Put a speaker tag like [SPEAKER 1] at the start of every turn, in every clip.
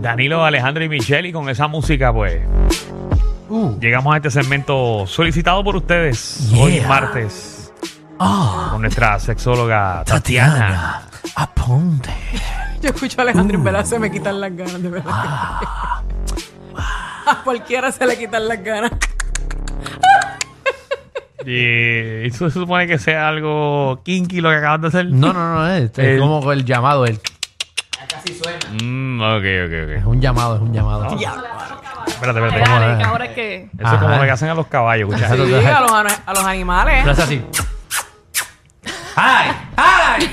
[SPEAKER 1] Danilo, Alejandro y Michelle, y con esa música, pues.
[SPEAKER 2] Uh.
[SPEAKER 1] Llegamos a este segmento solicitado por ustedes hoy
[SPEAKER 2] Yeah.
[SPEAKER 1] martes
[SPEAKER 2] Ah,
[SPEAKER 1] con nuestra sexóloga Tatiana.
[SPEAKER 2] Tatiana, aponte.
[SPEAKER 3] Yo escucho a Alejandro
[SPEAKER 2] Uh.
[SPEAKER 3] y Vela se me quitan las ganas, de verdad.
[SPEAKER 2] Ah.
[SPEAKER 3] A cualquiera se le quitan las ganas.
[SPEAKER 1] Y eso se supone que sea algo kinky lo que acabas de hacer.
[SPEAKER 2] No, no, no, es, es
[SPEAKER 1] El-
[SPEAKER 2] como el llamado, el-
[SPEAKER 1] Mm, ok, ok,
[SPEAKER 2] es un llamado, es un llamado.
[SPEAKER 1] ok. Espérate, espérate. ¿cómo era?
[SPEAKER 3] Que ahora es que.
[SPEAKER 1] Eso es como
[SPEAKER 2] Ajá.
[SPEAKER 1] lo que hacen a los caballos. escucha.
[SPEAKER 2] Exacto.
[SPEAKER 3] Sí, a los, ana- a los animales.
[SPEAKER 2] Pero es así. ¡Ay! ¡Ay!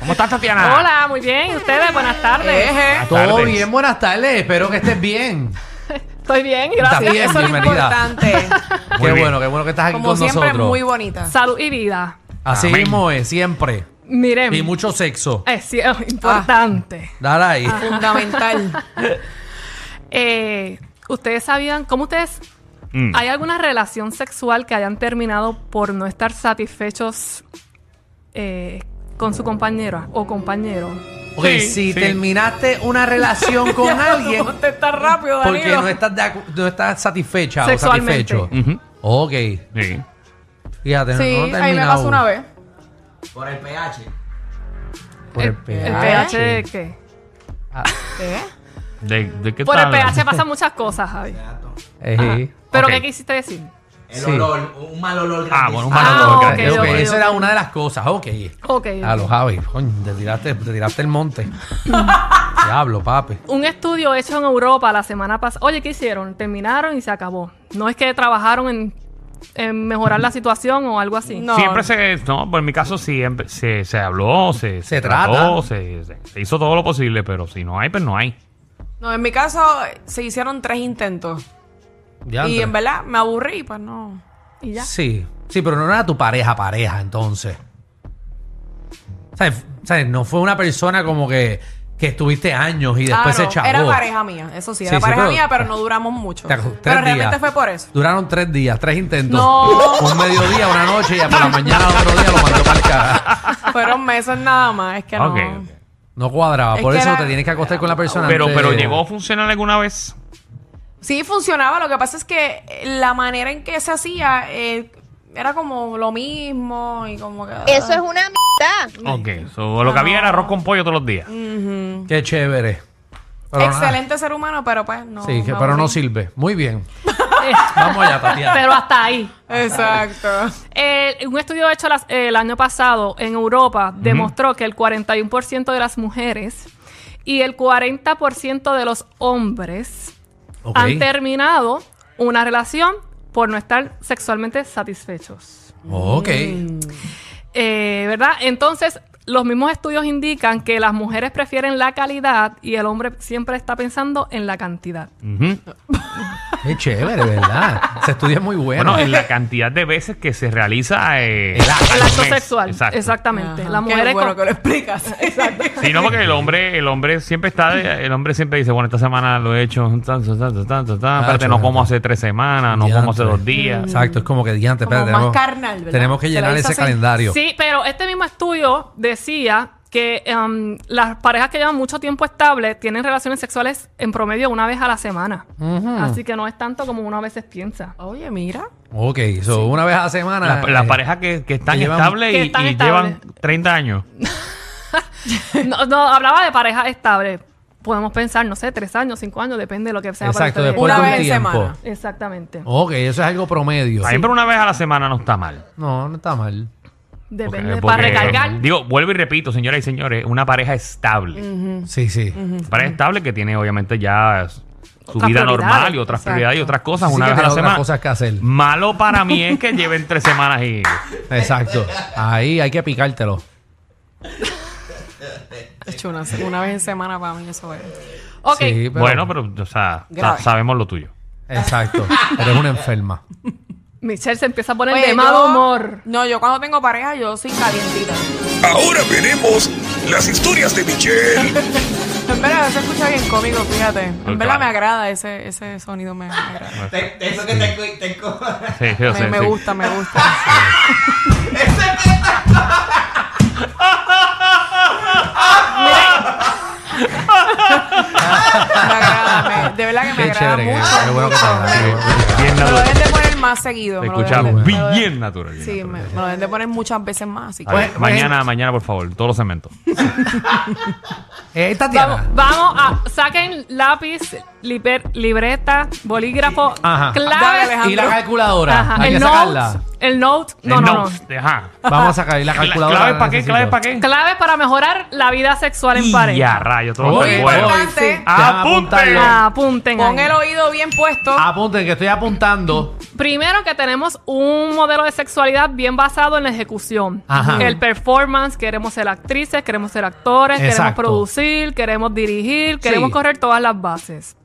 [SPEAKER 1] ¿Cómo estás, Tatiana?
[SPEAKER 4] Hola, muy bien. ¿Y ustedes? Buenas tardes.
[SPEAKER 3] Eje.
[SPEAKER 1] Buenas
[SPEAKER 2] Todo
[SPEAKER 1] tardes.
[SPEAKER 2] bien, buenas tardes. Espero que estés bien.
[SPEAKER 4] Estoy bien,
[SPEAKER 2] Estás
[SPEAKER 4] gracias.
[SPEAKER 2] bien,
[SPEAKER 3] Eso es lo
[SPEAKER 2] bienvenida.
[SPEAKER 3] importante.
[SPEAKER 1] Muy
[SPEAKER 2] Qué
[SPEAKER 1] bien.
[SPEAKER 2] bueno, qué bueno que estás aquí
[SPEAKER 3] Como
[SPEAKER 2] con
[SPEAKER 3] siempre,
[SPEAKER 2] nosotros.
[SPEAKER 3] muy bonita.
[SPEAKER 4] Salud y vida.
[SPEAKER 2] Así
[SPEAKER 1] Amén.
[SPEAKER 2] mismo es, siempre.
[SPEAKER 4] Miren,
[SPEAKER 2] Y mucho sexo.
[SPEAKER 4] eh, sí, es importante.
[SPEAKER 2] Dale ahí.
[SPEAKER 3] Ah, Fundamental.
[SPEAKER 4] Eh, ustedes sabían, ¿cómo ustedes?
[SPEAKER 1] Mm.
[SPEAKER 4] ¿Hay alguna relación sexual que hayan terminado por no estar satisfechos eh, con su compañera o compañero?
[SPEAKER 2] Ok,
[SPEAKER 1] Sí,
[SPEAKER 2] si
[SPEAKER 1] sí.
[SPEAKER 2] terminaste una relación con alguien
[SPEAKER 3] Contesta rápido,
[SPEAKER 2] porque
[SPEAKER 3] Danilo.
[SPEAKER 2] no estás, de acu- no estás satisfecha o
[SPEAKER 4] Sexualmente.
[SPEAKER 2] satisfecho.
[SPEAKER 1] Ujú.
[SPEAKER 2] Ok,
[SPEAKER 1] Sí.
[SPEAKER 2] fíjate, no, no he
[SPEAKER 3] Sí, ahí me
[SPEAKER 2] terminado.
[SPEAKER 3] pasó una vez.
[SPEAKER 2] Por el,
[SPEAKER 4] ¿El
[SPEAKER 2] pH.
[SPEAKER 4] pH de qué?
[SPEAKER 3] ¿Qué?
[SPEAKER 1] ¿De, de qué
[SPEAKER 4] Por el
[SPEAKER 1] tal?
[SPEAKER 4] pH pasan muchas cosas, Javi.
[SPEAKER 2] Ejé.
[SPEAKER 4] ¿Pero
[SPEAKER 1] Ok.
[SPEAKER 4] qué quisiste decir?
[SPEAKER 5] El
[SPEAKER 2] Sí.
[SPEAKER 5] olor, un mal olor.
[SPEAKER 1] Ah, bueno, un
[SPEAKER 4] Ah,
[SPEAKER 1] mal olor.
[SPEAKER 4] ok,
[SPEAKER 1] gracias.
[SPEAKER 2] Ok,
[SPEAKER 4] ok,
[SPEAKER 2] esa
[SPEAKER 4] ok.
[SPEAKER 2] era una de las cosas. Ok.
[SPEAKER 4] Ok.
[SPEAKER 2] A los Javi, coño, te tiraste, te tiraste el monte. Diablo, papi.
[SPEAKER 4] Un estudio hecho en Europa la semana pasada. Oye, ¿qué hicieron? Terminaron y se acabó. No es que trabajaron en, en mejorar la situación o algo así.
[SPEAKER 3] No.
[SPEAKER 1] Siempre se, no, por mi caso siempre se, se habló, se,
[SPEAKER 2] Se trata.
[SPEAKER 1] se, se- se hizo todo lo posible, pero si no hay, pues no hay.
[SPEAKER 3] No, en mi caso se hicieron tres intentos.
[SPEAKER 2] Diantre.
[SPEAKER 3] Y en verdad me aburrí, pues no.
[SPEAKER 4] Y ya.
[SPEAKER 2] Sí, sí, pero no era tu pareja, pareja, entonces. ¿Sabes? ¿Sabes? No fue una persona como que, que estuviste años y después
[SPEAKER 3] Ah, no,
[SPEAKER 2] se chavó.
[SPEAKER 3] Era pareja mía, eso sí,
[SPEAKER 2] Sí,
[SPEAKER 3] era
[SPEAKER 2] sí,
[SPEAKER 3] pareja
[SPEAKER 2] pero-
[SPEAKER 3] mía, pero no duramos mucho.
[SPEAKER 2] Te acu-
[SPEAKER 3] Pero
[SPEAKER 2] tres
[SPEAKER 3] realmente
[SPEAKER 2] días.
[SPEAKER 3] fue por eso.
[SPEAKER 2] Duraron tres días, tres intentos.
[SPEAKER 3] No.
[SPEAKER 2] Un mediodía, una noche y por la mañana otro día lo mandó para el cara.
[SPEAKER 3] Fueron meses nada más, es que
[SPEAKER 1] Ok,
[SPEAKER 3] no.
[SPEAKER 1] ok.
[SPEAKER 2] No cuadraba,
[SPEAKER 3] Es
[SPEAKER 2] por
[SPEAKER 3] que
[SPEAKER 2] eso
[SPEAKER 3] era-
[SPEAKER 2] te tienes que acostar con la persona.
[SPEAKER 1] Pero,
[SPEAKER 2] antes
[SPEAKER 1] pero
[SPEAKER 2] de-
[SPEAKER 1] llegó a funcionar alguna vez.
[SPEAKER 3] Sí, funcionaba, lo que pasa es que la manera en que se hacía eh, era como lo mismo y como que... ah,
[SPEAKER 6] Eso es una mierda.
[SPEAKER 1] Ok, so, lo que había era arroz con pollo todos los días.
[SPEAKER 2] Qué chévere. Pero nada.
[SPEAKER 3] Excelente ser humano, pero pues no.
[SPEAKER 2] Sí, que-
[SPEAKER 3] me
[SPEAKER 2] pero no
[SPEAKER 3] aburrí.
[SPEAKER 2] sirve. Muy bien.
[SPEAKER 4] Eh,
[SPEAKER 2] Vamos allá, Tatiana.
[SPEAKER 4] Pero hasta ahí.
[SPEAKER 3] Exacto.
[SPEAKER 4] Eh, un estudio hecho las- el año pasado en Europa demostró que el 41% de las mujeres y el 40% de los hombres
[SPEAKER 2] Ok.
[SPEAKER 4] han terminado una relación por no estar sexualmente satisfechos.
[SPEAKER 2] Ok.
[SPEAKER 4] Eh, ¿Verdad? Entonces, los mismos estudios indican que las mujeres prefieren la calidad y el hombre siempre está pensando en la cantidad.
[SPEAKER 1] Ujú.
[SPEAKER 2] Qué chévere, ¿verdad? Se estudia muy bueno.
[SPEAKER 1] Bueno, eh, en la cantidad de veces que se realiza eh,
[SPEAKER 2] El acto.
[SPEAKER 1] al
[SPEAKER 4] El acto
[SPEAKER 1] mes.
[SPEAKER 4] sexual.
[SPEAKER 1] Exacto.
[SPEAKER 4] Exactamente.
[SPEAKER 3] Ajá.
[SPEAKER 4] Las
[SPEAKER 3] Qué
[SPEAKER 4] mujeres
[SPEAKER 3] bueno
[SPEAKER 4] con-
[SPEAKER 3] que lo explicas. Exacto.
[SPEAKER 1] Sí, no, porque el hombre, el hombre siempre está, de- el hombre siempre dice, bueno, esta semana lo he hecho, tanto, tanto, tanto, tanto. Espérate, no
[SPEAKER 2] chaval.
[SPEAKER 1] como hace tres semanas, no como hace
[SPEAKER 2] Ah, Diantre.
[SPEAKER 1] dos días.
[SPEAKER 2] Exacto, es como que diante.
[SPEAKER 3] Como
[SPEAKER 2] espérate,
[SPEAKER 3] más
[SPEAKER 2] tenemos,
[SPEAKER 3] carnal, ¿verdad?
[SPEAKER 2] tenemos que
[SPEAKER 3] Se la
[SPEAKER 2] llenar
[SPEAKER 3] hizo
[SPEAKER 2] ese
[SPEAKER 3] así.
[SPEAKER 2] calendario.
[SPEAKER 4] Sí, pero este mismo estudio decía que em, las parejas que llevan mucho tiempo estable tienen relaciones sexuales en promedio una vez a la semana. Así que no es tanto como uno a veces piensa.
[SPEAKER 3] Oye, mira.
[SPEAKER 2] Ok, so una vez a la semana.
[SPEAKER 1] Las
[SPEAKER 2] eh,
[SPEAKER 1] las parejas que, que están
[SPEAKER 2] que llevan-
[SPEAKER 1] estables y,
[SPEAKER 4] Que están
[SPEAKER 1] y
[SPEAKER 4] estables.
[SPEAKER 1] llevan 30 años.
[SPEAKER 4] No, no, hablaba de pareja estable. podemos pensar, no sé, tres años, cinco años, depende de lo que sea
[SPEAKER 2] Exacto,
[SPEAKER 4] para ustedes.
[SPEAKER 2] después de
[SPEAKER 3] Una
[SPEAKER 2] un
[SPEAKER 3] vez en
[SPEAKER 2] tiempo.
[SPEAKER 3] semana.
[SPEAKER 4] Exactamente.
[SPEAKER 2] Ok, eso es algo promedio.
[SPEAKER 1] Siempre una vez a la semana no está mal.
[SPEAKER 2] No, no está mal.
[SPEAKER 1] Porque-
[SPEAKER 4] Depende.
[SPEAKER 1] porque-
[SPEAKER 4] para recargar.
[SPEAKER 1] Digo, vuelvo y repito, señoras y señores, una pareja estable.
[SPEAKER 3] Mm.
[SPEAKER 2] Sí, sí.
[SPEAKER 1] Una pareja estable que tiene obviamente ya su
[SPEAKER 4] Otras
[SPEAKER 1] vida normal
[SPEAKER 4] prioridades.
[SPEAKER 1] y otras
[SPEAKER 3] Exacto.
[SPEAKER 1] prioridades y otras cosas
[SPEAKER 2] Sí,
[SPEAKER 1] una
[SPEAKER 2] que
[SPEAKER 1] vez a
[SPEAKER 2] tiene
[SPEAKER 1] la
[SPEAKER 2] otras
[SPEAKER 1] semana.
[SPEAKER 2] cosas que hacer.
[SPEAKER 1] Malo para mí es que lleven tres semanas y...
[SPEAKER 2] Exacto. Ahí hay que picártelo.
[SPEAKER 3] Hecho una, una vez en semana para mí eso es.
[SPEAKER 4] Ok,
[SPEAKER 2] Sí, pero-
[SPEAKER 1] Bueno, pues. pero o sea, sa-
[SPEAKER 3] Grave.
[SPEAKER 1] sabemos lo tuyo.
[SPEAKER 2] Exacto. Eres una enferma.
[SPEAKER 4] Michelle se empieza a poner
[SPEAKER 3] Oye,
[SPEAKER 4] de mal
[SPEAKER 3] Pues yo-
[SPEAKER 4] humor.
[SPEAKER 3] No, yo cuando tengo pareja, yo soy calientita.
[SPEAKER 5] Ahora veremos las historias de Michelle.
[SPEAKER 3] En verdad, se escucha bien cómico, fíjate. En
[SPEAKER 1] Claro.
[SPEAKER 3] verdad me agrada ese, ese sonido, me, me agrada.
[SPEAKER 6] Te- te- Eso que te, cu- te co-
[SPEAKER 1] Sí, sí, yo
[SPEAKER 3] Me,
[SPEAKER 1] sé,
[SPEAKER 3] me
[SPEAKER 1] sí.
[SPEAKER 3] gusta, me gusta. Me agrada, me- de verdad que me
[SPEAKER 2] Qué
[SPEAKER 3] agrada
[SPEAKER 2] chévere. que-
[SPEAKER 3] mucho.
[SPEAKER 2] Qué bueno que te
[SPEAKER 1] Sí,
[SPEAKER 2] agrada.
[SPEAKER 1] Bien
[SPEAKER 3] Me lo deben
[SPEAKER 1] natural.
[SPEAKER 3] de poner más seguido.
[SPEAKER 1] Te
[SPEAKER 3] me lo deben
[SPEAKER 1] escuchaba
[SPEAKER 3] de- me lo deben-
[SPEAKER 1] bien natural. bien
[SPEAKER 3] Sí,
[SPEAKER 1] natural.
[SPEAKER 3] me, me lo deben de poner muchas veces más. Así que.
[SPEAKER 2] Pues,
[SPEAKER 1] A ver, mañana, mañana, por favor, todos los cementos.
[SPEAKER 2] Eh,
[SPEAKER 4] Vamos,
[SPEAKER 2] Tatiana.
[SPEAKER 4] vamos a saquen lápiz, liber- libreta, bolígrafo,
[SPEAKER 2] Ajá.
[SPEAKER 3] Dale,
[SPEAKER 4] claves.
[SPEAKER 3] Alejandro.
[SPEAKER 2] Y la calculadora.
[SPEAKER 4] Ajá,
[SPEAKER 2] Hay
[SPEAKER 4] el
[SPEAKER 2] que
[SPEAKER 4] note,
[SPEAKER 2] sacarla.
[SPEAKER 4] el note, no,
[SPEAKER 1] El
[SPEAKER 4] no, no.
[SPEAKER 1] notes, Ajá.
[SPEAKER 2] Vamos a sacar ahí la
[SPEAKER 1] Cla-
[SPEAKER 2] calculadora.
[SPEAKER 1] ¿Claves
[SPEAKER 2] la
[SPEAKER 1] para qué?
[SPEAKER 2] necesito.
[SPEAKER 1] ¿Claves para qué?
[SPEAKER 4] Claves para mejorar la vida sexual en
[SPEAKER 1] Y ya,
[SPEAKER 4] pareja.
[SPEAKER 1] rayos, todo
[SPEAKER 2] Oye,
[SPEAKER 1] muy bueno.
[SPEAKER 2] oye,
[SPEAKER 3] Importante.
[SPEAKER 2] sí. Déjame
[SPEAKER 1] Apunte.
[SPEAKER 2] apuntarlo.
[SPEAKER 4] Ah, Apunten.
[SPEAKER 3] Pon
[SPEAKER 4] ahí.
[SPEAKER 3] el oído bien puesto.
[SPEAKER 2] Apunten que estoy apuntando.
[SPEAKER 4] Primero que tenemos un modelo de sexualidad bien basado en la ejecución.
[SPEAKER 2] Ajá.
[SPEAKER 4] El performance, queremos ser actrices, queremos ser actores, queremos
[SPEAKER 2] Exacto.
[SPEAKER 4] producir, queremos dirigir, queremos
[SPEAKER 2] Sí.
[SPEAKER 4] correr todas las bases.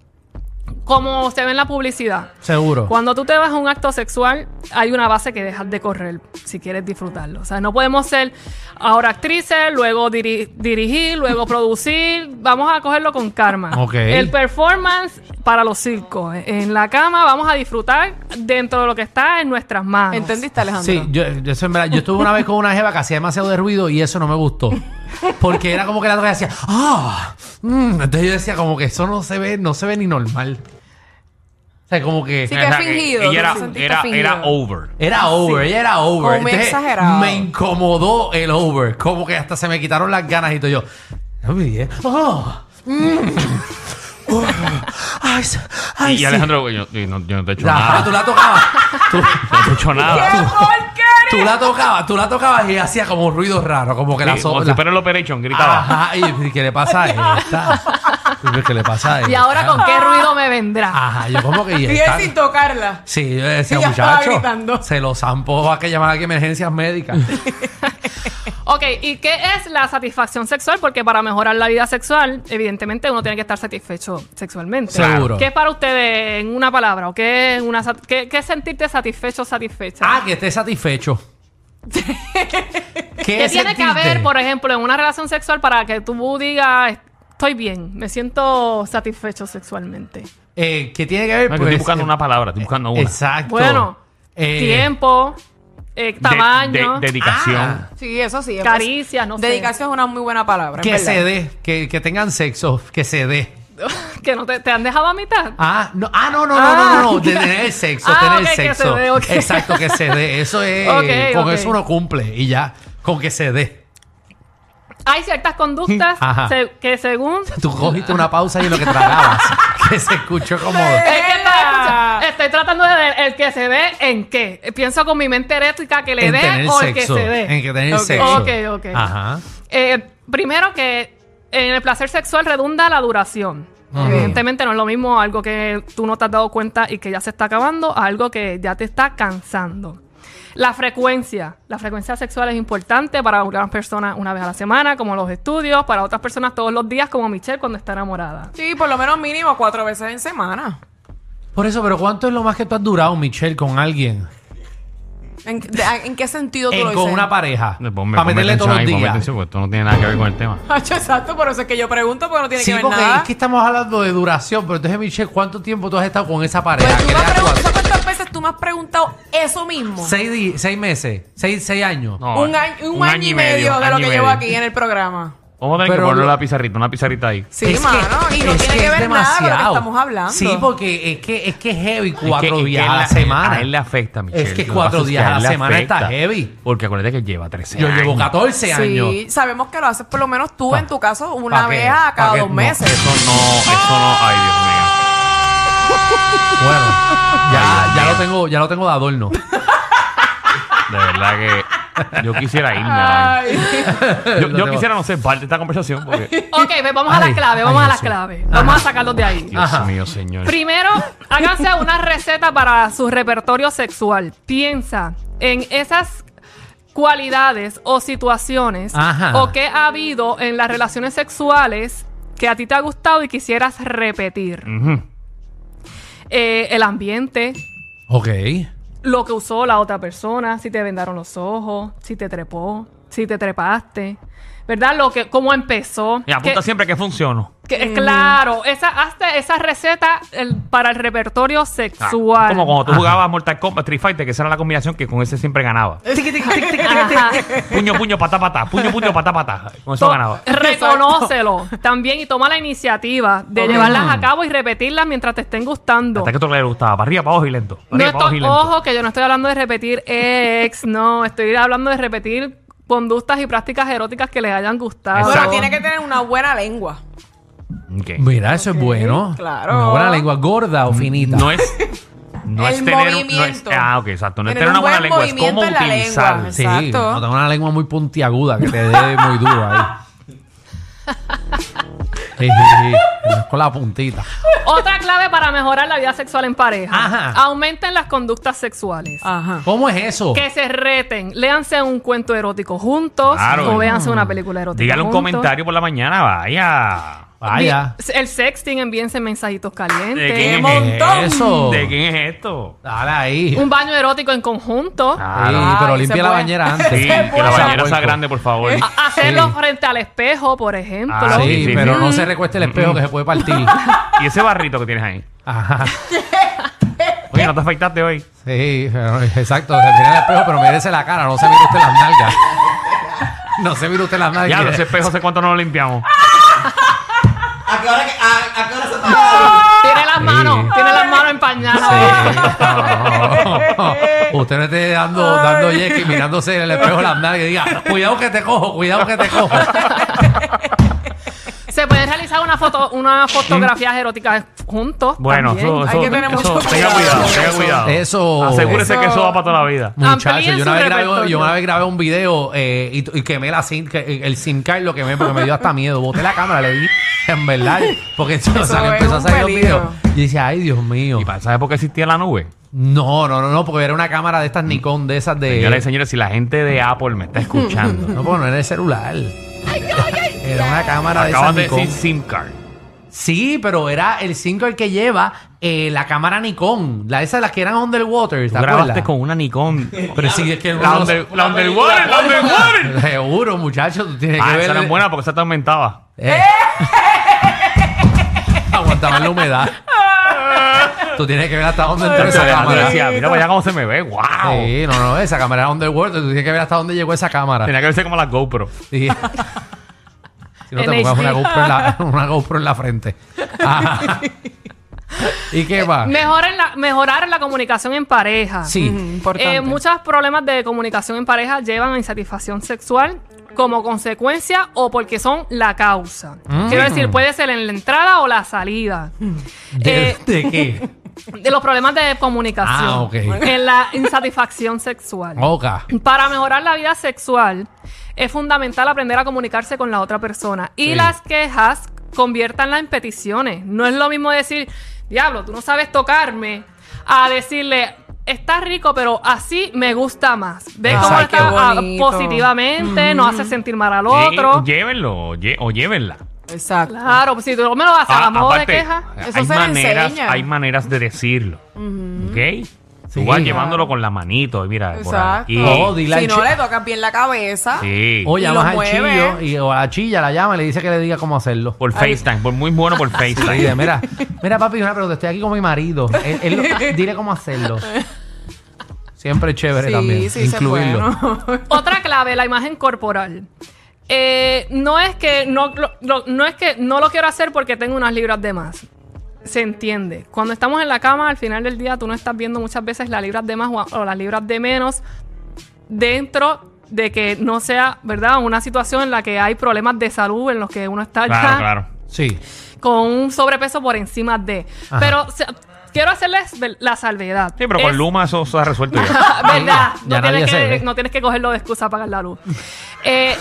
[SPEAKER 4] Como se ve en la publicidad.
[SPEAKER 2] Seguro.
[SPEAKER 4] Cuando tú te vas a un acto sexual, hay una base que dejas de correr si quieres disfrutarlo. O sea, no podemos ser ahora actrices, luego diri- dirigir, luego producir. Vamos a cogerlo con calma.
[SPEAKER 2] Ok.
[SPEAKER 4] El performance para los circos. En la cama vamos a disfrutar dentro de lo que está en nuestras manos.
[SPEAKER 3] ¿Entendiste, Alejandro?
[SPEAKER 2] Sí, yo, yo, eso en verdad, yo estuve una vez con una jeva que hacía demasiado de ruido y eso no me gustó. Porque era como que la otra hacía, ¡ah! mm", entonces yo decía como que eso no se ve, no se ve ni normal. O sea, como que Ah,
[SPEAKER 3] Sí, que es
[SPEAKER 1] Ajá,
[SPEAKER 3] fingido,
[SPEAKER 1] Ella
[SPEAKER 3] tú
[SPEAKER 1] era,
[SPEAKER 3] te sentiste
[SPEAKER 1] era, era
[SPEAKER 3] fingido.
[SPEAKER 1] over.
[SPEAKER 2] era over, ella era over.
[SPEAKER 3] Como
[SPEAKER 2] Entonces,
[SPEAKER 3] exagerado.
[SPEAKER 2] Me incomodó el over. Como que hasta se me quitaron las ganas y todo yo. No me dije, ¡ah! mm, oh, ay, se- ay,
[SPEAKER 1] Y
[SPEAKER 2] sí".
[SPEAKER 1] Alejandro, yo, yo no, yo no te he hecho
[SPEAKER 2] Ajá, "Ah". tú
[SPEAKER 1] nada.
[SPEAKER 2] la tocabas. Tú-
[SPEAKER 1] No te he hecho nada.
[SPEAKER 2] tú la tocabas, tú la tocabas y hacía como ruidos raros, como que la,
[SPEAKER 1] Sí,
[SPEAKER 2] so-
[SPEAKER 1] Como si
[SPEAKER 2] la-
[SPEAKER 1] fuera eh, el operation, gritaba.
[SPEAKER 2] Ajá, y ¿qué le pasa a esta? Y, ¿Qué le pasa a esta?
[SPEAKER 4] Y ahora con qué ruido me vendrá.
[SPEAKER 2] Ajá, yo como que... ya
[SPEAKER 3] Y él
[SPEAKER 2] está-
[SPEAKER 3] sin tocarla.
[SPEAKER 2] Sí, yo decía,
[SPEAKER 3] Y ya estaba
[SPEAKER 2] muchacho,
[SPEAKER 3] gritando.
[SPEAKER 2] se lo zampó, a que llamar aquí a emergencias médicas.
[SPEAKER 4] Ok, ¿y qué es la satisfacción sexual? Porque para mejorar la vida sexual, evidentemente uno tiene que estar satisfecho sexualmente.
[SPEAKER 2] Seguro.
[SPEAKER 4] ¿Qué es para ustedes en una palabra? ¿O qué es una sat- qué, qué es sentirte satisfecho satisfecha?
[SPEAKER 2] ah, que esté satisfecho. ¿Qué,
[SPEAKER 4] ¿Qué tiene que
[SPEAKER 2] sentiste?
[SPEAKER 4] haber, por ejemplo, en una relación sexual para que tú digas, estoy bien, me siento satisfecho sexualmente?
[SPEAKER 2] Eh, ¿Qué tiene que ver?
[SPEAKER 1] No, es que estoy
[SPEAKER 2] Pues,
[SPEAKER 1] buscando
[SPEAKER 2] eh,
[SPEAKER 1] una palabra, estoy buscando una.
[SPEAKER 2] Exacto.
[SPEAKER 4] Bueno,
[SPEAKER 2] Eh,
[SPEAKER 4] tiempo,
[SPEAKER 1] De-
[SPEAKER 4] eh, tamaño,
[SPEAKER 1] de- dedicación.
[SPEAKER 2] Ah.
[SPEAKER 3] Sí, eso sí. es-
[SPEAKER 4] Caricias, no sé.
[SPEAKER 3] Dedicación es una muy buena palabra.
[SPEAKER 2] Que
[SPEAKER 3] es verdad.
[SPEAKER 2] se dé, que, que tengan sexo, que se dé.
[SPEAKER 4] que no te, te han dejado a mitad.
[SPEAKER 2] Ah, no, ah, no, no,
[SPEAKER 4] Ah.
[SPEAKER 2] no, no, no, de tener sexo,
[SPEAKER 4] Ah,
[SPEAKER 2] tener
[SPEAKER 4] ok, que
[SPEAKER 2] sexo.
[SPEAKER 4] se dé, ok.
[SPEAKER 2] Exacto, que se dé. Eso es,
[SPEAKER 4] Ok,
[SPEAKER 2] con
[SPEAKER 4] ok.
[SPEAKER 2] eso uno cumple y ya, con que se dé.
[SPEAKER 4] Hay ciertas conductas
[SPEAKER 2] Ajá.
[SPEAKER 4] se- que según
[SPEAKER 2] Tú cogiste una pausa y lo que tragabas, que se escuchó como...
[SPEAKER 4] Es que estaba escuchando- estoy tratando de ver el que se dé en qué. Pienso con mi mente erética que le
[SPEAKER 2] En
[SPEAKER 4] dé
[SPEAKER 2] tener
[SPEAKER 4] o el que
[SPEAKER 2] sexo,
[SPEAKER 4] se dé.
[SPEAKER 2] en que tener
[SPEAKER 3] Ok.
[SPEAKER 2] sexo.
[SPEAKER 4] Ok, ok.
[SPEAKER 2] Ajá.
[SPEAKER 4] Eh, primero que en el placer sexual redunda la duración.
[SPEAKER 2] Ujú.
[SPEAKER 4] Evidentemente no es lo mismo algo que tú no te has dado cuenta y que ya se está acabando a algo que ya te está cansando. La frecuencia. La frecuencia sexual es importante para algunas personas una vez a la semana, como los estudios, para otras personas todos los días, como Michelle cuando está enamorada.
[SPEAKER 3] Sí, por lo menos mínimo cuatro veces en semana.
[SPEAKER 2] Por eso, pero ¿cuánto es lo más que tú has durado, Michelle, con alguien?
[SPEAKER 3] ¿En, de- a- en qué sentido tú
[SPEAKER 2] En-
[SPEAKER 3] lo
[SPEAKER 2] con
[SPEAKER 3] dices?
[SPEAKER 2] una pareja.
[SPEAKER 1] Pues, Ponme-
[SPEAKER 2] para
[SPEAKER 1] ponme
[SPEAKER 2] meterle todos los
[SPEAKER 1] atención ahí, ponme
[SPEAKER 2] días.
[SPEAKER 1] atención, porque esto no tiene nada que ver con el tema.
[SPEAKER 3] Hacho, Exacto, por eso es que yo pregunto, porque no tiene
[SPEAKER 2] Sí,
[SPEAKER 3] que ver
[SPEAKER 2] porque
[SPEAKER 3] nada.
[SPEAKER 2] es que estamos hablando de duración, pero entonces, Michelle, ¿cuánto tiempo tú has estado con esa pareja?
[SPEAKER 3] Pues tú
[SPEAKER 2] ¿Qué le
[SPEAKER 3] me has
[SPEAKER 2] has
[SPEAKER 3] preguntado
[SPEAKER 2] durado?
[SPEAKER 3] cuántas veces tú me has preguntado eso mismo.
[SPEAKER 2] seis, di- seis meses, seis, seis años.
[SPEAKER 1] No,
[SPEAKER 3] un, año, un año y medio de
[SPEAKER 1] año
[SPEAKER 3] lo
[SPEAKER 1] y
[SPEAKER 3] que
[SPEAKER 1] medio.
[SPEAKER 3] llevo aquí en el programa.
[SPEAKER 1] Vamos a tener
[SPEAKER 2] Pero
[SPEAKER 1] que poner
[SPEAKER 2] lo-
[SPEAKER 1] la pizarrita, una pizarrita ahí.
[SPEAKER 3] Sí,
[SPEAKER 2] Es que-
[SPEAKER 3] mano. y no
[SPEAKER 2] es
[SPEAKER 3] tiene que,
[SPEAKER 2] es
[SPEAKER 3] ver nada con lo que
[SPEAKER 2] demasiado.
[SPEAKER 3] estamos hablando.
[SPEAKER 2] Sí, porque es que es, que es heavy
[SPEAKER 1] Es
[SPEAKER 2] cuatro
[SPEAKER 1] que- es que
[SPEAKER 2] días a
[SPEAKER 1] él-
[SPEAKER 2] la semana.
[SPEAKER 1] A él le afecta, Michelle.
[SPEAKER 2] Es que
[SPEAKER 1] Lo
[SPEAKER 2] cuatro
[SPEAKER 1] pasa es
[SPEAKER 2] días
[SPEAKER 1] que
[SPEAKER 2] a la
[SPEAKER 1] él le
[SPEAKER 2] semana está
[SPEAKER 1] afecta. Este
[SPEAKER 2] heavy.
[SPEAKER 1] Porque acuérdate que lleva 13
[SPEAKER 2] Yo
[SPEAKER 1] años.
[SPEAKER 2] llevo 14 años.
[SPEAKER 3] Sí, sabemos que lo haces por lo menos tú
[SPEAKER 2] Pa-
[SPEAKER 3] en tu caso
[SPEAKER 2] ¿Pa'
[SPEAKER 3] una
[SPEAKER 2] qué?
[SPEAKER 3] vez a
[SPEAKER 2] ¿Pa'
[SPEAKER 3] cada
[SPEAKER 2] qué?
[SPEAKER 3] dos
[SPEAKER 2] No,
[SPEAKER 3] meses.
[SPEAKER 1] Eso no, eso no. Ay, Dios mío.
[SPEAKER 2] Bueno, ya,
[SPEAKER 1] Ay, Dios
[SPEAKER 2] ya
[SPEAKER 1] mío.
[SPEAKER 2] lo tengo, ya lo tengo de adorno.
[SPEAKER 1] De verdad que yo quisiera irme. man. Yo, yo quisiera no ser parte de esta conversación porque.
[SPEAKER 4] Ok, pues vamos a
[SPEAKER 2] Ay,
[SPEAKER 4] las claves, vamos
[SPEAKER 2] ay,
[SPEAKER 4] a las
[SPEAKER 2] eso.
[SPEAKER 4] claves. Vamos a sacarlos de ahí.
[SPEAKER 1] Dios
[SPEAKER 2] Ajá.
[SPEAKER 1] mío, señor.
[SPEAKER 4] Primero, háganse una receta para su repertorio sexual. Piensa en esas cualidades o situaciones
[SPEAKER 2] Ajá.
[SPEAKER 4] o que ha habido en las relaciones sexuales que a ti te ha gustado y quisieras repetir.
[SPEAKER 1] Ujú.
[SPEAKER 4] Eh, el ambiente,
[SPEAKER 2] Ok.
[SPEAKER 4] lo que usó la otra persona, si te vendaron los ojos, si te trepó, si te trepaste, ¿verdad? Lo que, cómo empezó.
[SPEAKER 1] Y apunta
[SPEAKER 4] Que-
[SPEAKER 1] siempre que funciono.
[SPEAKER 4] que- Claro, esa, hasta esa receta el- para el repertorio
[SPEAKER 1] Ah,
[SPEAKER 4] sexual.
[SPEAKER 1] Como cuando tú jugabas Mortal Kombat, Street Fighter, que esa era la combinación que con ese siempre ganaba.
[SPEAKER 4] Ajá.
[SPEAKER 1] Puño, puño, patá, patá. Puño, puño, patá, patá. Con eso
[SPEAKER 4] To-
[SPEAKER 1] ganaba.
[SPEAKER 4] Reconócelo también y toma la iniciativa de llevarlas a cabo y repetirlas mientras te estén gustando.
[SPEAKER 1] Mm. Hasta que tú le gustaba. Para arriba, para abajo y lento. Para
[SPEAKER 4] No
[SPEAKER 1] arriba, para abajo
[SPEAKER 4] estoy,
[SPEAKER 1] y lento.
[SPEAKER 4] ojo, que yo no estoy hablando de repetir ex, no, estoy hablando de repetir conductas y prácticas eróticas que les hayan gustado.
[SPEAKER 1] Exacto.
[SPEAKER 3] Pero tiene que tener una buena lengua.
[SPEAKER 1] Ok.
[SPEAKER 2] Mira, eso es bueno.
[SPEAKER 3] claro.
[SPEAKER 2] Una buena lengua gorda o finita.
[SPEAKER 1] Mm, No es. No
[SPEAKER 3] El
[SPEAKER 1] es tener. un- No es,
[SPEAKER 3] movimiento.
[SPEAKER 1] ah, ok, exacto. No es tener
[SPEAKER 3] Tener
[SPEAKER 1] una
[SPEAKER 3] un
[SPEAKER 1] buena
[SPEAKER 3] buen
[SPEAKER 1] lengua, es cómo
[SPEAKER 3] movimiento en la lengua.
[SPEAKER 1] utilizarla.
[SPEAKER 2] sí,
[SPEAKER 3] exacto.
[SPEAKER 2] no tengo una lengua muy puntiaguda que te dé muy duro ahí. Sí, sí, sí. Con la puntita.
[SPEAKER 4] Otra clave para mejorar la vida sexual en pareja.
[SPEAKER 2] Ajá.
[SPEAKER 4] Aumenten las conductas sexuales.
[SPEAKER 3] Ajá.
[SPEAKER 2] ¿Cómo es eso?
[SPEAKER 4] Que se reten. Léanse un cuento erótico juntos
[SPEAKER 1] Claro.
[SPEAKER 4] o véanse una película erótica.
[SPEAKER 1] Dígale un
[SPEAKER 4] juntos.
[SPEAKER 1] comentario por la mañana, vaya.
[SPEAKER 2] Vaya.
[SPEAKER 4] El sexting, envíense mensajitos
[SPEAKER 1] ¿De
[SPEAKER 4] calientes.
[SPEAKER 1] quién es
[SPEAKER 3] montón!
[SPEAKER 2] Eso.
[SPEAKER 1] ¿De quién es esto?
[SPEAKER 2] Dale ahí.
[SPEAKER 4] Un baño erótico en conjunto.
[SPEAKER 1] Ah,
[SPEAKER 2] Sí,
[SPEAKER 1] Claro.
[SPEAKER 2] pero
[SPEAKER 3] Ay,
[SPEAKER 2] limpia
[SPEAKER 3] se
[SPEAKER 2] la
[SPEAKER 3] puede.
[SPEAKER 2] bañera antes.
[SPEAKER 1] Sí, que la
[SPEAKER 2] puede.
[SPEAKER 1] bañera sea
[SPEAKER 2] Puerco.
[SPEAKER 1] grande, por favor.
[SPEAKER 4] A- Hacerlo
[SPEAKER 2] Sí.
[SPEAKER 4] frente al espejo, por ejemplo.
[SPEAKER 1] Ah,
[SPEAKER 2] Sí,
[SPEAKER 1] sí, sí,
[SPEAKER 2] pero
[SPEAKER 1] sí.
[SPEAKER 6] Mm.
[SPEAKER 2] no se recueste el espejo que se puede partir.
[SPEAKER 1] Y ese barrito que tienes ahí.
[SPEAKER 2] Ajá.
[SPEAKER 1] Oye, no te afectaste hoy.
[SPEAKER 2] Sí, pero- exacto. Se mira el espejo, pero mírese la cara. No se mire usted las nalgas. No se mire usted las nalgas.
[SPEAKER 1] Ya, ese espejo hace cuánto no lo limpiamos.
[SPEAKER 6] ¿A qué hora, que- a, a qué hora se pasa?
[SPEAKER 4] Tiene las
[SPEAKER 2] Sí.
[SPEAKER 4] manos, tiene las manos empañadas.
[SPEAKER 2] Sí. No. Usted no esté dando, dando yeque y mirándose en el espejo las nalgas y diga, cuidado que te cojo, cuidado que te cojo.
[SPEAKER 4] Se pueden realizar una foto, unas fotografías eróticas juntos.
[SPEAKER 1] Mm. Bueno,
[SPEAKER 4] también.
[SPEAKER 1] eso, eso,
[SPEAKER 3] Hay que tener
[SPEAKER 1] eso- tenga
[SPEAKER 3] mucho cuidado.
[SPEAKER 1] cuidado, tenga cuidado.
[SPEAKER 2] Eso.
[SPEAKER 1] Asegúrese que eso va para toda la vida.
[SPEAKER 2] Muchachos,
[SPEAKER 4] Amplíen
[SPEAKER 2] yo una,
[SPEAKER 4] su
[SPEAKER 2] vez grabé,
[SPEAKER 4] repertorio.
[SPEAKER 2] yo una vez grabé un video eh, y, y quemé la sim, que- el SIM card, lo quemé porque me dio hasta miedo. Boté la cámara, le di, en verdad. Porque o sea, que
[SPEAKER 3] es
[SPEAKER 2] empezó a
[SPEAKER 3] un
[SPEAKER 2] salir los
[SPEAKER 3] peligro.
[SPEAKER 2] videos. Y dice, ay, Dios mío.
[SPEAKER 1] ¿Y para- sabes por qué existía la nube?
[SPEAKER 2] No, no, no, no, porque era una cámara de estas Nikon, de esas de.
[SPEAKER 1] Señores y señores, si la gente de Apple me está escuchando,
[SPEAKER 2] No, porque no era el celular. Era una cámara de esas
[SPEAKER 1] acabas de
[SPEAKER 2] Nikon.
[SPEAKER 1] decir SIM card.
[SPEAKER 2] Sí, pero era el 5 el que lleva eh, la cámara Nikon. La, esas las que eran underwater,
[SPEAKER 1] Tú
[SPEAKER 2] ¿te
[SPEAKER 1] grabaste
[SPEAKER 2] acuerdas?
[SPEAKER 1] con una Nikon.
[SPEAKER 2] Pero sí, es que
[SPEAKER 1] La,
[SPEAKER 2] uno-
[SPEAKER 1] under- la underwater, la underwater.
[SPEAKER 2] Seguro, muchachos, tú tienes
[SPEAKER 1] Ah,
[SPEAKER 2] que ver.
[SPEAKER 1] esa era buena porque esa te aumentaba.
[SPEAKER 2] Eh. Aguantaban la humedad. Tú tienes que ver hasta dónde entró esa
[SPEAKER 1] Alejandro
[SPEAKER 2] cámara.
[SPEAKER 1] decía, mira para allá cómo se me ve, wow.
[SPEAKER 2] Sí, no, no, esa cámara era underwater. Tú tienes que ver hasta dónde llegó esa cámara.
[SPEAKER 1] Tenía que verse como la GoPro.
[SPEAKER 2] Sí. Si no te
[SPEAKER 4] En
[SPEAKER 2] pongas
[SPEAKER 4] HD.
[SPEAKER 2] una GoPro, en la, una GoPro en la frente. Ajá. ¿Y qué va?
[SPEAKER 4] Mejoren la- mejorar la comunicación en pareja.
[SPEAKER 2] Sí.
[SPEAKER 3] Importante.
[SPEAKER 4] Eh, muchos problemas de comunicación en pareja llevan a insatisfacción sexual como consecuencia o porque son la causa.
[SPEAKER 2] Mm.
[SPEAKER 4] Quiero decir, puede ser en la entrada o la salida.
[SPEAKER 2] ¿De,
[SPEAKER 4] Eh,
[SPEAKER 2] de qué?
[SPEAKER 4] de los problemas de comunicación.
[SPEAKER 2] Ah, ok. Oh,
[SPEAKER 4] En la insatisfacción sexual.
[SPEAKER 2] Oca.
[SPEAKER 4] Para mejorar la vida sexual es fundamental aprender a comunicarse con la otra persona y
[SPEAKER 2] Sí.
[SPEAKER 4] las quejas conviértanlas en peticiones. No es lo mismo decir, diablo, tú no sabes tocarme, a decirle, está rico, pero así me gusta más. ¿Ves
[SPEAKER 3] Ay,
[SPEAKER 4] cómo
[SPEAKER 3] qué
[SPEAKER 4] está ah,
[SPEAKER 3] bonito.
[SPEAKER 4] positivamente? No hace sentir mal al
[SPEAKER 1] Sí,
[SPEAKER 4] otro.
[SPEAKER 1] Llévenlo lle- o llévenla.
[SPEAKER 3] Exacto.
[SPEAKER 4] Claro, pues si tú me lo haces
[SPEAKER 1] Ah,
[SPEAKER 4] a modo de
[SPEAKER 1] aparte,
[SPEAKER 4] queja.
[SPEAKER 3] Eso
[SPEAKER 1] hay,
[SPEAKER 3] se
[SPEAKER 1] maneras,
[SPEAKER 3] enseña.
[SPEAKER 1] hay maneras de decirlo. ¿Ok?
[SPEAKER 2] Sí.
[SPEAKER 1] Igual llevándolo con la manito, mira, por
[SPEAKER 3] Exacto.
[SPEAKER 1] aquí.
[SPEAKER 2] Oh, dile al
[SPEAKER 3] si no
[SPEAKER 2] chi-
[SPEAKER 3] le tocas bien la cabeza.
[SPEAKER 1] Sí.
[SPEAKER 2] O
[SPEAKER 3] Y
[SPEAKER 2] llamas
[SPEAKER 3] lo
[SPEAKER 2] al
[SPEAKER 3] mueve.
[SPEAKER 2] chillo y, o a la chilla la llama y le dice que le diga cómo hacerlo. Ah,
[SPEAKER 1] Por FaceTime, por muy bueno por
[SPEAKER 2] Le
[SPEAKER 1] FaceTime.
[SPEAKER 2] dice, mira, mira papi, una pregunta, estoy aquí con mi marido. Él- él lo- dile cómo hacerlo. Siempre es chévere
[SPEAKER 3] Sí,
[SPEAKER 2] también
[SPEAKER 3] sí se
[SPEAKER 2] incluirlo.
[SPEAKER 3] puede, ¿no?
[SPEAKER 4] Otra clave, la imagen corporal. Eh, no es que no lo, lo- no es que no lo quiero hacer porque tengo unas libras de más. Se entiende. Cuando estamos en la cama, al final del día tú no estás viendo muchas veces las libras de más o, o las libras de menos dentro de que no sea, ¿verdad? Una situación en la que hay problemas de salud en los que uno está
[SPEAKER 1] Claro,
[SPEAKER 4] ya
[SPEAKER 1] claro.
[SPEAKER 2] Sí.
[SPEAKER 4] con un sobrepeso por encima de.
[SPEAKER 2] Ajá.
[SPEAKER 4] Pero o sea, quiero hacerles vel- la salvedad.
[SPEAKER 1] Sí, pero
[SPEAKER 4] Es-
[SPEAKER 1] con Luma eso se ha resuelto ya.
[SPEAKER 4] Ah, ¿Verdad?
[SPEAKER 2] Ya
[SPEAKER 4] No
[SPEAKER 2] nadie
[SPEAKER 4] tienes,
[SPEAKER 2] se ve.
[SPEAKER 4] que, no tienes que cogerlo de excusa para pagar la luz. Eh,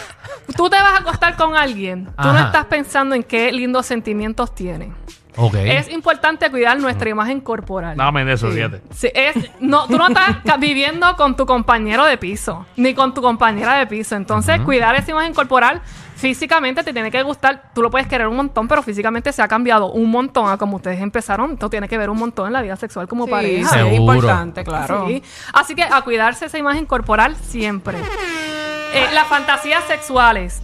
[SPEAKER 4] tú te vas a acostar con alguien. Tú
[SPEAKER 2] Ajá.
[SPEAKER 4] no estás pensando en qué lindos sentimientos tiene.
[SPEAKER 2] Ok.
[SPEAKER 4] Es importante cuidar nuestra imagen corporal.
[SPEAKER 1] Dame de eso, fíjate.
[SPEAKER 4] Sí, es- no, tú no estás ca- viviendo con tu compañero de piso, ni con tu compañera de piso. Entonces, cuidar esa imagen corporal físicamente te tiene que gustar. Tú lo puedes querer un montón, pero físicamente se ha cambiado un montón a como ustedes empezaron. Esto tiene que ver un montón en la vida sexual como
[SPEAKER 3] Sí,
[SPEAKER 4] pareja.
[SPEAKER 3] sí, es
[SPEAKER 2] Seguro.
[SPEAKER 3] importante, claro.
[SPEAKER 4] Sí. Así que a cuidarse esa imagen corporal siempre. Eh, las fantasías sexuales.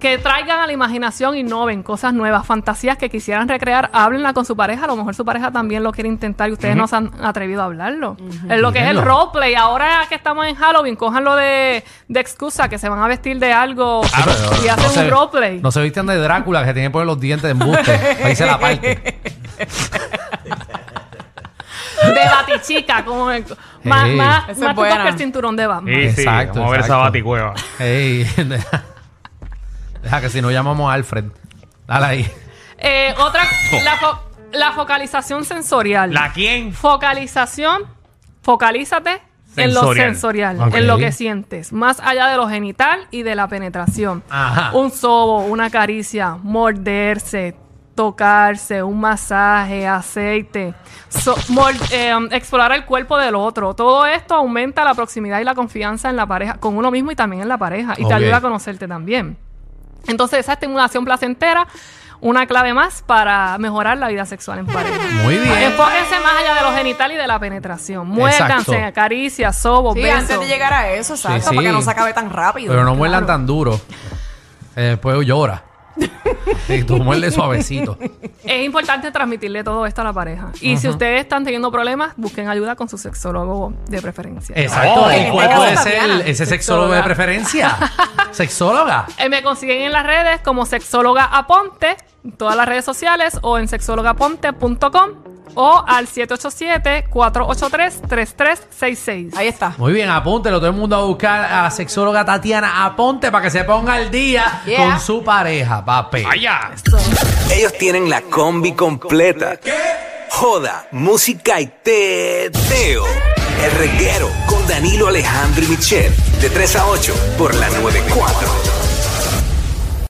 [SPEAKER 4] Que traigan a la imaginación, innoven cosas nuevas, fantasías que quisieran recrear, háblenla con su pareja. A lo mejor su pareja también lo quiere intentar y ustedes no se han atrevido a hablarlo. Es lo que es el
[SPEAKER 2] Díganlo.
[SPEAKER 4] roleplay. Ahora que estamos en Halloween, cójanlo de, de excusa, que se van a vestir de algo y
[SPEAKER 2] Ah, No
[SPEAKER 4] hacen
[SPEAKER 2] se-
[SPEAKER 4] un roleplay.
[SPEAKER 2] No se vistan de Drácula que tiene que poner los dientes de embuste. Ahí se la parte.
[SPEAKER 4] De batichica, como el- más,
[SPEAKER 2] Ey.
[SPEAKER 4] más,
[SPEAKER 3] Esa es
[SPEAKER 4] más
[SPEAKER 3] buena.
[SPEAKER 4] que el cinturón de Batman.
[SPEAKER 1] Sí, sí.
[SPEAKER 2] Exacto,
[SPEAKER 1] Vamos a ver esa
[SPEAKER 2] exacto.
[SPEAKER 1] baticueva.
[SPEAKER 2] Ey, deja, deja que si no llamamos a Alfred. Dale ahí.
[SPEAKER 4] Eh, otra, la, fo- la focalización sensorial.
[SPEAKER 1] ¿La quién?
[SPEAKER 4] Focalización, focalízate en lo
[SPEAKER 1] Sensorial.
[SPEAKER 4] sensorial,
[SPEAKER 2] Ok.
[SPEAKER 4] en lo que sientes, más allá de lo genital y de la penetración.
[SPEAKER 2] Ajá.
[SPEAKER 4] Un sobo, una caricia, morderse, tocarse, un masaje, aceite, so- mor- eh, explorar el cuerpo del otro. Todo esto aumenta la proximidad y la confianza en la pareja, con uno mismo y también en la pareja, y
[SPEAKER 2] Ok.
[SPEAKER 4] te ayuda a conocerte también. Entonces, esa estimulación placentera, una clave más para mejorar la vida sexual en pareja.
[SPEAKER 2] Muy bien.
[SPEAKER 4] Enfóquense más allá de lo genital y de la penetración.
[SPEAKER 2] Exacto.
[SPEAKER 4] Muérdanse, acaricias, sobos,
[SPEAKER 3] Sí,
[SPEAKER 4] besos.
[SPEAKER 3] antes de llegar a eso, exacto,
[SPEAKER 2] sí.
[SPEAKER 3] para que no se acabe tan rápido.
[SPEAKER 2] Pero no muerdan
[SPEAKER 3] Claro.
[SPEAKER 2] tan duro. Eh, después llora. Y tú muerdes suavecito.
[SPEAKER 4] Es importante transmitirle todo esto a la pareja. Y si ustedes están teniendo problemas, busquen ayuda con su sexólogo de preferencia.
[SPEAKER 2] Exacto.
[SPEAKER 1] Oh,
[SPEAKER 2] ¿Y
[SPEAKER 1] en
[SPEAKER 2] cuál
[SPEAKER 3] este
[SPEAKER 2] puede
[SPEAKER 3] caso,
[SPEAKER 2] ser
[SPEAKER 3] Tatiana,
[SPEAKER 2] ese sexólogo de preferencia? ¿Sexóloga?
[SPEAKER 4] Eh, me consiguen en las redes como sexóloga aponte, en todas las redes sociales o en sexólogaponte.com o al 787-483-3366.
[SPEAKER 3] Ahí está.
[SPEAKER 2] Muy bien, apúntelo. Todo el mundo a buscar a la sexóloga Tatiana. Aponte para que se ponga al día
[SPEAKER 3] Yeah.
[SPEAKER 2] con su pareja, papi.
[SPEAKER 1] Allá.
[SPEAKER 7] Ellos tienen la combi completa. Joda, música y teo. El reguero con Danilo Alejandro y Michel. De 3 a 8 por la 94.